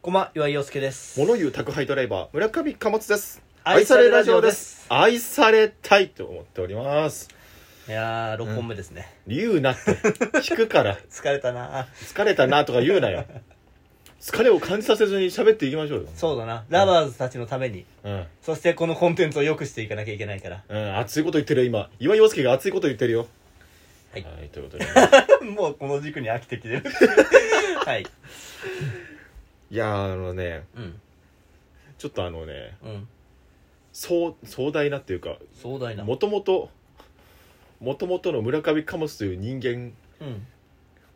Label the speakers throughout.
Speaker 1: こんばんは、岩井陽介です。
Speaker 2: 物言う宅配ドライバー村上貨物です
Speaker 1: 愛されラジオです
Speaker 2: 愛されたいと思っております
Speaker 1: いやー、6本目ですね。
Speaker 2: 言う なって聞くから
Speaker 1: 疲れたな
Speaker 2: 疲れたなとか言うなよ疲れを感じさせずに喋っていきましょうよ
Speaker 1: そうだな。ラバーズたちのために、
Speaker 2: うん、
Speaker 1: そしてこのコンテンツを良くしていかなきゃいけないから。
Speaker 2: うん、熱いこと言ってるよ今岩井陽介が熱いこと言ってるよ
Speaker 1: はい
Speaker 2: ということで
Speaker 1: もうこの軸に飽きてきてる。 はい。
Speaker 2: いやーあのね
Speaker 1: うん。
Speaker 2: ちょっとあのね
Speaker 1: うん。
Speaker 2: そう壮大なっていうか
Speaker 1: 壮大な。
Speaker 2: もともともともとの村上貨物という人間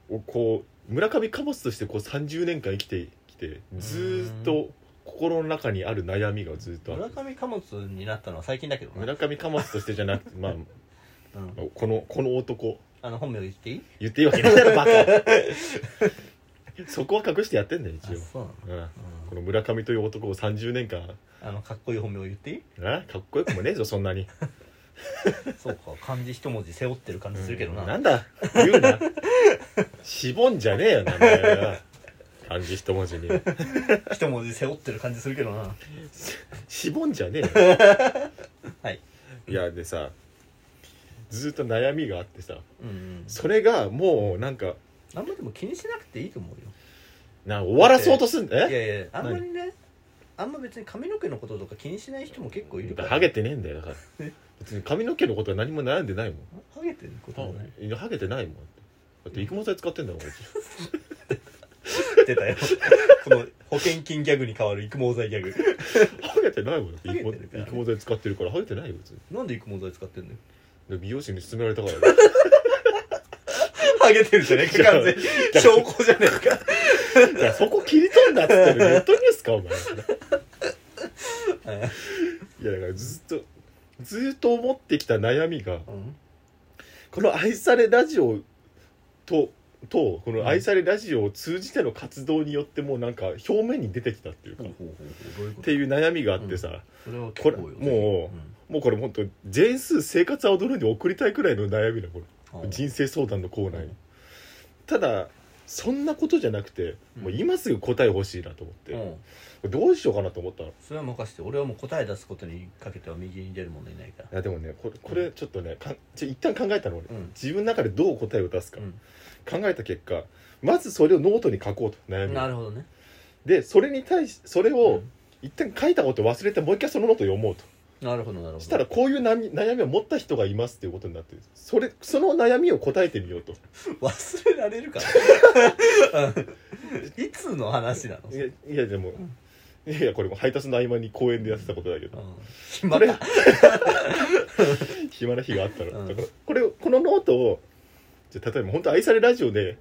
Speaker 1: うん。
Speaker 2: をこう村上貨物としてこう30年間生きてきてずーっと心の中にある悩みがずーっとあ
Speaker 1: 村
Speaker 2: る
Speaker 1: 上貨物になったのは最近だけどな。
Speaker 2: 村上貨物としてじゃなくてまあ
Speaker 1: うん。
Speaker 2: このこの男
Speaker 1: あの、本名言っていい
Speaker 2: 言っていいわけないだろバカそこは隠してやってんだよ
Speaker 1: あ
Speaker 2: 一応、
Speaker 1: そうなの
Speaker 2: うん、この村上という男を30年間
Speaker 1: うん。あの、かっこいい本名言って いい
Speaker 2: なかっこよくもねえぞそんなに
Speaker 1: そうか。漢字一文字背負ってる 感じするけど
Speaker 2: うん
Speaker 1: な。
Speaker 2: なんだ言うなしぼんじゃねえよ名前が漢字一文字に
Speaker 1: 一文字背負ってる感じするけどな。
Speaker 2: しぼんじゃねえよ
Speaker 1: はい。
Speaker 2: いやでさずっと悩みがあってさ
Speaker 1: うんうん。
Speaker 2: それがもうなんか
Speaker 1: あんまでも気にしなくていいと思うよ。
Speaker 2: な終わらそうとすんだ
Speaker 1: い
Speaker 2: え
Speaker 1: やいやあんまりねあんま別に髪の毛のこととか気にしない人も結構いるから
Speaker 2: ハゲてねえんだよだから
Speaker 1: え
Speaker 2: 別に髪の毛のことは何も悩んでないも
Speaker 1: ハゲてることも
Speaker 2: ん
Speaker 1: ない
Speaker 2: いやハゲてないもんだって育毛剤使ってんだもん俺
Speaker 1: 出 たよこの保険金ギャグに代わる育毛剤ギャグ
Speaker 2: ハゲてないもんだって
Speaker 1: ハゲて
Speaker 2: 育
Speaker 1: るから
Speaker 2: 毛育毛剤使ってるからハゲてないよ別に
Speaker 1: なんで育毛剤使ってんのよ
Speaker 2: で美容師に勧められたから
Speaker 1: ハゲてるじゃねえか完全に証拠じゃねえか
Speaker 2: いやそこ切り取んだっつってるネットニュースかお前いやだからずっとずっと思ってきた悩みが
Speaker 1: うん
Speaker 2: この愛されラジオととこの愛されラジオを通じての活動によってもうなんか表面に出てきたっていうか、
Speaker 1: ほうほ
Speaker 2: っ
Speaker 1: うほうほうどういうこ
Speaker 2: て
Speaker 1: と
Speaker 2: いう悩みがあってさ、
Speaker 1: それは結
Speaker 2: こ
Speaker 1: 構
Speaker 2: れ
Speaker 1: よ
Speaker 2: もう、
Speaker 1: ぜ
Speaker 2: もうこれ本当全数生活は踊るに送りたいくらいの悩みだこれ、
Speaker 1: ひうん
Speaker 2: 人生相談のコーナーに、
Speaker 1: うん
Speaker 2: ただそんなことじゃなくて、
Speaker 1: うん
Speaker 2: もう今すぐ答え欲しいなと思って、
Speaker 1: うん
Speaker 2: どうしようかなと思ったのい
Speaker 1: それは任せて俺はもう答え出すことにかけては右に出るものいないから
Speaker 2: やでもねこれこれちょっとねかんちょ一旦考えたの俺、
Speaker 1: うん
Speaker 2: 自分の中でどう答えを出すか、
Speaker 1: う
Speaker 2: 考えた結果まずそれをノートに書こうと悩
Speaker 1: ん
Speaker 2: みを
Speaker 1: なるほどね
Speaker 2: でそれに対しそれ
Speaker 1: う
Speaker 2: を
Speaker 1: ん
Speaker 2: 一旦書いたことを忘れてもう一回そのノートを読もうと
Speaker 1: なるほどなるほど
Speaker 2: したらこういう悩み悩みを持った人がいますっていうことになってそれその悩みを答えてみようと
Speaker 1: 忘れられるかないつの話なの
Speaker 2: いやいやでも、
Speaker 1: ん
Speaker 2: いやいやこれも配達の合間に公園でやってたことだけど、
Speaker 1: うん
Speaker 2: こ
Speaker 1: 暇
Speaker 2: れ
Speaker 1: だ
Speaker 2: 暇な日があったら、
Speaker 1: うん
Speaker 2: だからこれをこのノートをじゃあ例えば本当愛されラジオで
Speaker 1: う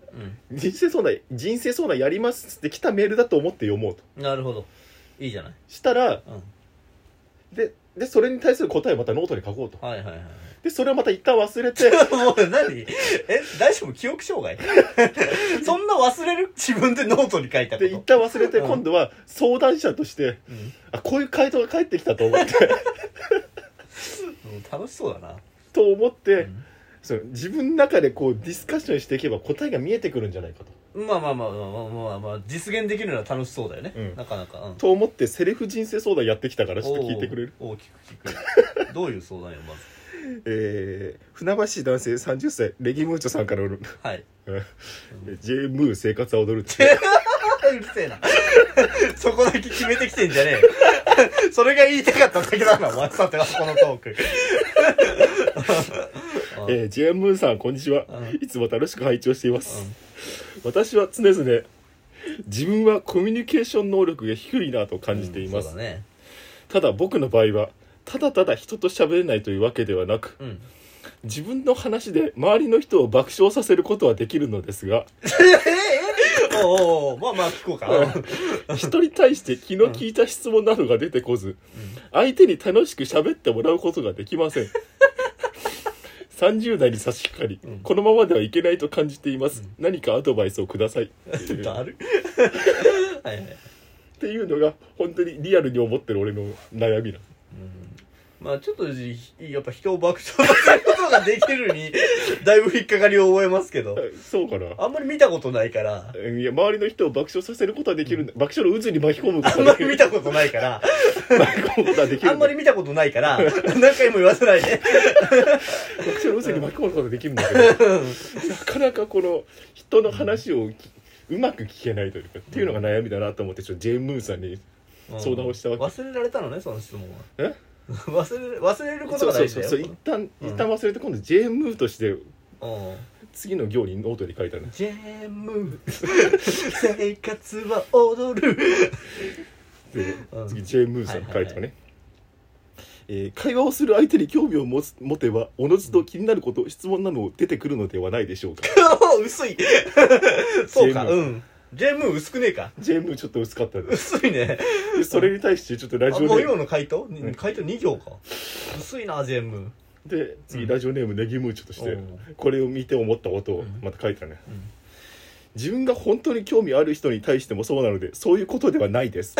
Speaker 2: 人生相談人生相談やりますって来たメールだと思って読もうと
Speaker 1: んなるほどいいじゃない、
Speaker 2: したら
Speaker 1: うん、
Speaker 2: ででそれに対する答えをまたノートに書こうと
Speaker 1: はいはいはい
Speaker 2: でそれをまた一旦忘れて
Speaker 1: もう何え大丈夫記憶障害そんな忘れる自分でノートに書いたこ
Speaker 2: で一
Speaker 1: と、
Speaker 2: 旦忘れて
Speaker 1: うん
Speaker 2: 今度は相談者として
Speaker 1: うん
Speaker 2: あこういう回答が返ってきたと思って
Speaker 1: うん楽しそうだな、
Speaker 2: と思って
Speaker 1: うん
Speaker 2: その自分の中でこうディスカッションしていけば答えが見えてくるんじゃないかと
Speaker 1: まあまあまあまあまあまあ、まあ、実現できるのは楽しそうだよね、
Speaker 2: うん
Speaker 1: なかなか、うん、
Speaker 2: と思ってセルフ人生相談やってきたからちょっと聞いてくれる
Speaker 1: おうおう聞く聞くどういう相談よまず
Speaker 2: えー、船橋市男性30歳レギムーチョさんからの
Speaker 1: はい
Speaker 2: 「ジェムー生活は踊る」って
Speaker 1: うるせえな そこだけ決めてきてんじゃねえよ それが言いたかっただけだなお前さてはこのトーク
Speaker 2: 「えー、ジェムーさんこんにちは
Speaker 1: うん
Speaker 2: いつも楽しく拝聴しています私は常々自分はコミュニケーション能力が低いなと感じています
Speaker 1: うんそうだね
Speaker 2: ただ僕の場合はただただ人と喋れないというわけではなく
Speaker 1: うん
Speaker 2: 自分の話で周りの人を爆笑させることはできるのですが
Speaker 1: おうおうおうまあまあ聞こうか
Speaker 2: 人に対して気の利いた質問などが出てこず相手に楽しく喋ってもらうことができません30代に差し掛かり、
Speaker 1: うん
Speaker 2: このままではいけないと感じています、何かアドバイスをくださいっていう
Speaker 1: だる はいはい
Speaker 2: っていうのが本当にリアルに思ってる俺の悩
Speaker 1: う
Speaker 2: みなの
Speaker 1: んまあちょっとじやっぱ人を爆笑させることができるにだいぶ引っかかりを覚えますけど
Speaker 2: そうかな
Speaker 1: あんまり見たことないから
Speaker 2: うんいや周りの人を爆笑させることはできるんだ、爆笑の渦に巻き込むこ
Speaker 1: あ
Speaker 2: と
Speaker 1: ん
Speaker 2: は
Speaker 1: ま
Speaker 2: でき
Speaker 1: り
Speaker 2: る
Speaker 1: 見たことないから
Speaker 2: 巻き込むことはできる
Speaker 1: あんまり見たことないから何回も言わせないで
Speaker 2: 爆笑の渦に巻き込むことはできるん だけどなかなかこの人の話をきうまく聞けないというかっていうのが悩みだなと思ってちょっとジェーン・ムーンさんに相談をしたわけ
Speaker 1: 忘れられたのねその質問は
Speaker 2: え
Speaker 1: 忘れ忘れること
Speaker 2: そ
Speaker 1: が
Speaker 2: うそ
Speaker 1: 大
Speaker 2: う
Speaker 1: 事だ
Speaker 2: そう
Speaker 1: よ
Speaker 2: そう一旦一旦忘れて今度ジェーン・ムーとして
Speaker 1: うん
Speaker 2: 次の行にノートに書いたの
Speaker 1: ジェーム生活は踊る
Speaker 2: で
Speaker 1: うん
Speaker 2: 次 J ムーさん書いて
Speaker 1: はいはいは
Speaker 2: ね、えー会話をする相手に興味を持つ持てばおのずと気になること、質問など出てくるのではないでしょうか
Speaker 1: 薄いそうか
Speaker 2: ジェーム
Speaker 1: うんジェーム薄くねえか
Speaker 2: J ムーちょっと薄かったんで
Speaker 1: 薄いね
Speaker 2: でそれに対してちょっとラ
Speaker 1: あ
Speaker 2: ジ
Speaker 1: も
Speaker 2: オ
Speaker 1: う
Speaker 2: ネー
Speaker 1: 今
Speaker 2: ム
Speaker 1: の回答、
Speaker 2: ん
Speaker 1: 回答2行か薄いなジェー ム
Speaker 2: で次ラジオネームネギムーチョとして、
Speaker 1: うん
Speaker 2: これを見て思ったことを
Speaker 1: ん
Speaker 2: また書いたね、
Speaker 1: ん
Speaker 2: 自分が本当に興味ある人に対してもそうなのでそういうことではな いです、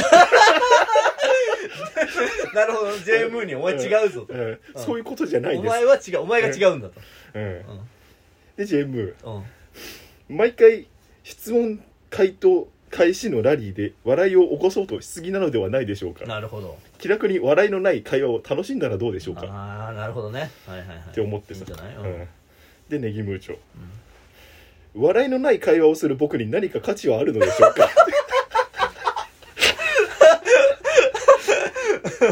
Speaker 1: なるほどジェームにお前違うぞと
Speaker 2: えー
Speaker 1: うん
Speaker 2: そういうことじゃない
Speaker 1: お
Speaker 2: です
Speaker 1: 前は違うお前が違うんだと
Speaker 2: うん
Speaker 1: うん
Speaker 2: で J ムー
Speaker 1: うん
Speaker 2: 毎回質問回答開始のラリーで笑いを起こそうとしすぎなのではないでしょうか
Speaker 1: なるほど
Speaker 2: 気楽に笑いのない会話を楽しんだらどうでしょうか
Speaker 1: ああなるほどねはいはいはい
Speaker 2: って思って
Speaker 1: いい
Speaker 2: さ
Speaker 1: んじゃない、う
Speaker 2: うんん、でネギムーチョ、笑いのない会話をする僕に何か価値はあるのでし ょうか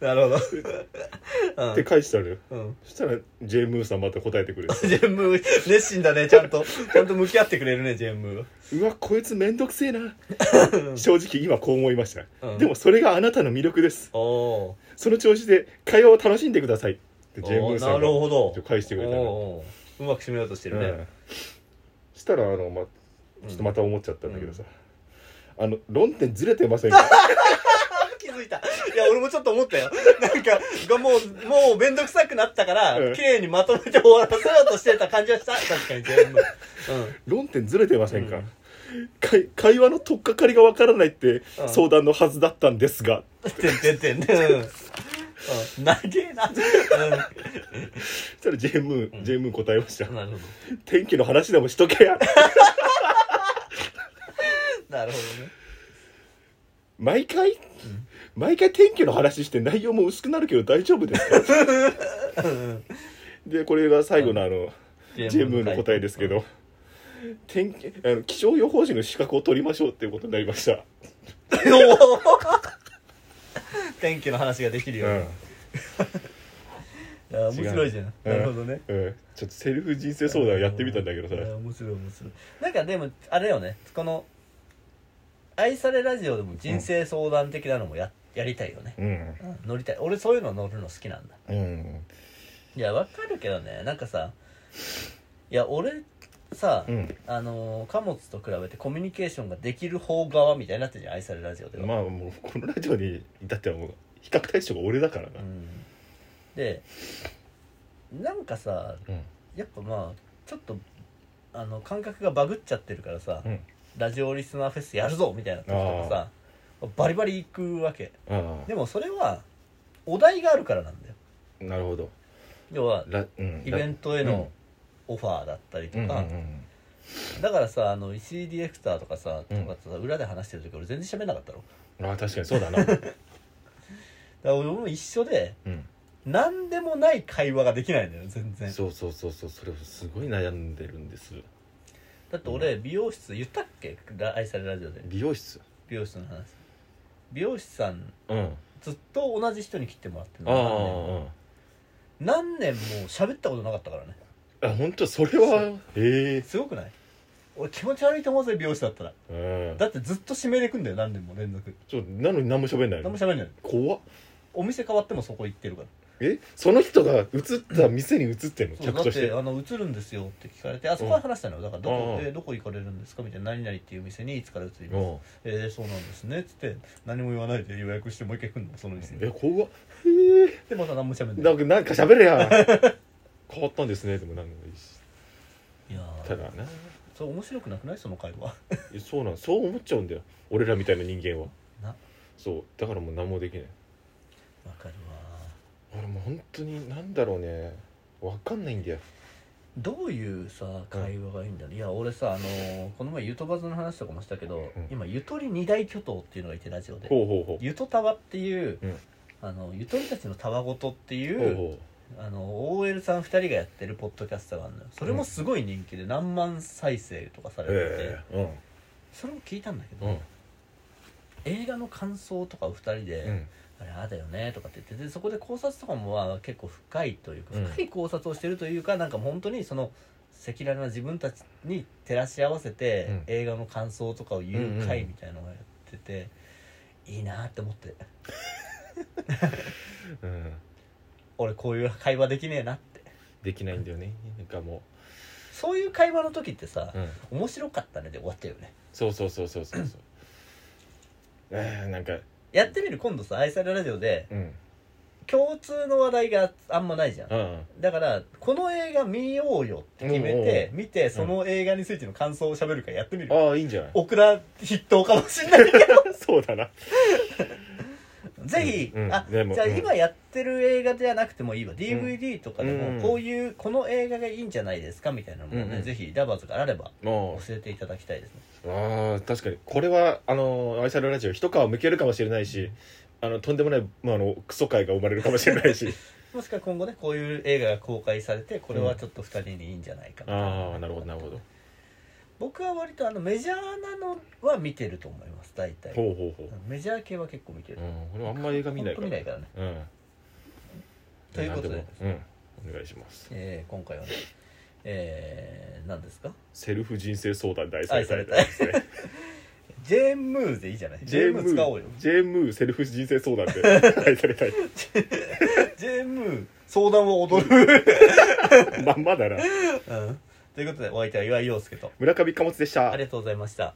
Speaker 1: なるほど
Speaker 2: っ
Speaker 1: う
Speaker 2: て返したのよ
Speaker 1: んうん
Speaker 2: そしたら J ムーさんまた答えてくれて
Speaker 1: ジェーム熱心だねちゃんとちゃんと向き合ってくれるねジェーム
Speaker 2: うわこいつめんどくせえな正直今こう思いました、
Speaker 1: うん
Speaker 2: でもそれがあなたの魅力です
Speaker 1: おお
Speaker 2: その調子で会話を楽しんでくださいって
Speaker 1: ー
Speaker 2: J ムーさ
Speaker 1: なんるほど
Speaker 2: が返してくれたの
Speaker 1: お
Speaker 2: よ
Speaker 1: ーおーうまく締めようとしてるね、
Speaker 2: うんしたらあの、ま、ちょっとまた思っちゃったんだけどさ、あの論点ずれてませんか
Speaker 1: 気づいたいや俺もちょっと思ったよ なんかがもうもう面倒くさくなったから、
Speaker 2: うん
Speaker 1: 綺麗にまとめて終わらせようとしてた感じはした確かにジェーム
Speaker 2: 論点ずれてませんか、
Speaker 1: うん
Speaker 2: 会会話の取っかかりがわからないって
Speaker 1: うん
Speaker 2: 相談のはずだったんですが、
Speaker 1: うんてんてんてんねうん長えな、
Speaker 2: そしたら J ムー、
Speaker 1: うん
Speaker 2: J ムー答えました
Speaker 1: うん、なるほ
Speaker 2: 天気の話でもしとけや
Speaker 1: どなるほどね
Speaker 2: 毎回、毎回天気の話して内容も薄くなるけど大丈夫ですかでこれが最後のあの、ジェムの答えですけど天気あの気象予報士の資格を取りましょうっていうことになりました、
Speaker 1: お お天気の話ができるよ、
Speaker 2: うん
Speaker 1: いや面白いじゃんなるほどね
Speaker 2: うん、ちょっとセルフ人生相談やってみたんだけどさ、
Speaker 1: いや面白い面白いなんかでもあれよねこの「愛されラジオ」でも人生相談的なのもや,、やりたいよね、
Speaker 2: うん
Speaker 1: うん乗りたい俺そういうの乗るの好きなんだ
Speaker 2: うん
Speaker 1: いやわかるけどねなんかさいや俺さ、
Speaker 2: うん
Speaker 1: あのー貨物と比べてコミュニケーションができる方側みたいになってるじゃん愛されラジオでは、
Speaker 2: まあもうこのラジオに至ってはもう比較対象が俺だからな
Speaker 1: うん、でなんかさ
Speaker 2: うん
Speaker 1: やっぱまあちょっとあの感覚がバグっちゃってるからさ、
Speaker 2: うん
Speaker 1: ラジオリスナーフェスやるぞみたいな時とかさバリバリ行くわけ
Speaker 2: あ
Speaker 1: でもそれはお題があるからなんだよ
Speaker 2: あなるほど
Speaker 1: 要は
Speaker 2: ラ、うん、
Speaker 1: イベントへ
Speaker 2: うん
Speaker 1: のオファーだったりと
Speaker 2: うんうん
Speaker 1: か、
Speaker 2: うん
Speaker 1: だからさあの石井ディレクターとかさ,、
Speaker 2: うん
Speaker 1: とかさ裏で話してる時俺全然喋んなかったろ
Speaker 2: ああ確かにそうだな
Speaker 1: だから俺も一緒で
Speaker 2: うん
Speaker 1: 何でもない会話ができないんだよ全然
Speaker 2: そうそうそうそうそれをすごい悩んでるんです
Speaker 1: だって俺美容室言ったっけラ愛されラジオで
Speaker 2: 美容室
Speaker 1: 美容室の話美容師さん
Speaker 2: うん
Speaker 1: ずっと同じ人に切ってもらってる
Speaker 2: ああ
Speaker 1: の
Speaker 2: うん
Speaker 1: 何年何年も喋ったことなかったからね
Speaker 2: あ本当それはえ
Speaker 1: すごくない俺気持ち悪いと思うぜ美容師だったら
Speaker 2: えうん
Speaker 1: だってずっと指名で行くんだよ何年も連続
Speaker 2: そうなのに何も喋んない
Speaker 1: 何
Speaker 2: の
Speaker 1: も喋んない
Speaker 2: 怖っ
Speaker 1: お店変わってもそこ行ってるから
Speaker 2: えその人が映った店に映ってんの
Speaker 1: そう
Speaker 2: 客
Speaker 1: だ
Speaker 2: と
Speaker 1: っ
Speaker 2: してて
Speaker 1: あの映るんですよって聞かれてあそこは話したのよだからどこ
Speaker 2: うん
Speaker 1: えどこ行かれるんですかみたいな何々っていう店にいつから移ります
Speaker 2: うん
Speaker 1: えー、そうなんですねっつって何も言わないで予約してもう一回来るのその店
Speaker 2: え
Speaker 1: に
Speaker 2: 怖っへえ
Speaker 1: でまた何も喋んない
Speaker 2: なんかなんか喋れや 変わったんですねでもなんか
Speaker 1: いやー
Speaker 2: ただな
Speaker 1: それ面白くなくないその会話
Speaker 2: いやそうなんそう思っちゃうんだよ俺らみたいな人間は
Speaker 1: なわ
Speaker 2: そうだからもう何もできない
Speaker 1: かるわ
Speaker 2: 俺もう本当になんだろうねわかんないんだよ
Speaker 1: どういうさ会話がいいんだろう、いや俺さあのーこの前ゆとばずの話とかもしたけど、
Speaker 2: ん
Speaker 1: 今ゆとり二大巨頭っていうのがいてラジオで
Speaker 2: ほうほうほう
Speaker 1: ゆとたわっていう、
Speaker 2: うん
Speaker 1: あのゆとりたちのたわごとっていう
Speaker 2: ほうほ
Speaker 1: あの OL さん2人がやってるポッドキャストがあるのよそれもすごい人気で何万再生とかさ
Speaker 2: う
Speaker 1: れてて、
Speaker 2: へえ
Speaker 1: それも聞いたんだけ
Speaker 2: う
Speaker 1: ど、
Speaker 2: んうん
Speaker 1: 映画の感想とかを2人で、
Speaker 2: うん
Speaker 1: あれああだよねとかって言ってでそこで考察とかもまあ結構深いというか
Speaker 2: うん
Speaker 1: 深い考察をしてるというか、なんか本当にその赤裸々な自分たちに照らし合わせて、
Speaker 2: うん
Speaker 1: 映画の感想とかを言う会みたいなのをやってて、いいなって思って
Speaker 2: うん
Speaker 1: 俺こういう会話できねえなって
Speaker 2: できないんだよねなんかも
Speaker 1: そういう会話の時ってさ
Speaker 2: う、、うん、
Speaker 1: 面白かったねで終わっちゃうよね
Speaker 2: そうそうそうそうそうそうえー、なんか
Speaker 1: やってみる今度さ愛されラジオで
Speaker 2: うん
Speaker 1: 共通の話題があんまないじゃん
Speaker 2: うん
Speaker 1: だからこの映画見ようよって決めて見てその映画についての感想をしゃべるからやってみる
Speaker 2: ああいいんじゃない
Speaker 1: オクラ筆頭かもしれないけ
Speaker 2: そうだな
Speaker 1: どぜひ、
Speaker 2: うんうん
Speaker 1: あ
Speaker 2: でも
Speaker 1: じゃあ
Speaker 2: うん
Speaker 1: 今やってる映画じゃなくてもいいわ、DVD とかで
Speaker 2: うん
Speaker 1: もこういうこの映画がいいんじゃないですかみたいなのもね、
Speaker 2: うんうん
Speaker 1: ぜひラバーズがあれば
Speaker 2: も
Speaker 1: 教えていただきたいですね
Speaker 2: うああ確かにこれはあの愛されるラジオ一皮むけるかもしれないしあのとんでもない、まあ、あのクソ回が生まれるかもしれないし
Speaker 1: もしくは今後ねこういう映画が公開されてこれはちょっと2人にいいんじゃないかみたい
Speaker 2: ああなるほどなるほど
Speaker 1: 僕は割とあのメジャーなのは見てると思います大体
Speaker 2: ほうほうほう
Speaker 1: メジャー系は結構見てる、
Speaker 2: うん俺はあんま映画見ないか
Speaker 1: ほ
Speaker 2: ら
Speaker 1: んと見ないからね
Speaker 2: うん
Speaker 1: ということで
Speaker 2: なんもうんお願いします
Speaker 1: えー今回はねえー、何ですか
Speaker 2: セルフ人生相談大
Speaker 1: 愛
Speaker 2: 再
Speaker 1: され
Speaker 2: 生
Speaker 1: たい ジェーン・ムーでいいじゃないジェーン・ムー使おうよ
Speaker 2: J ムーセルフ人生相談で愛されたい
Speaker 1: ジェーン・ムー相談を踊 る、
Speaker 2: まんまだな
Speaker 1: うん、ということでお相手は岩井陽介と
Speaker 2: 村上貨物でした
Speaker 1: ありがとうございました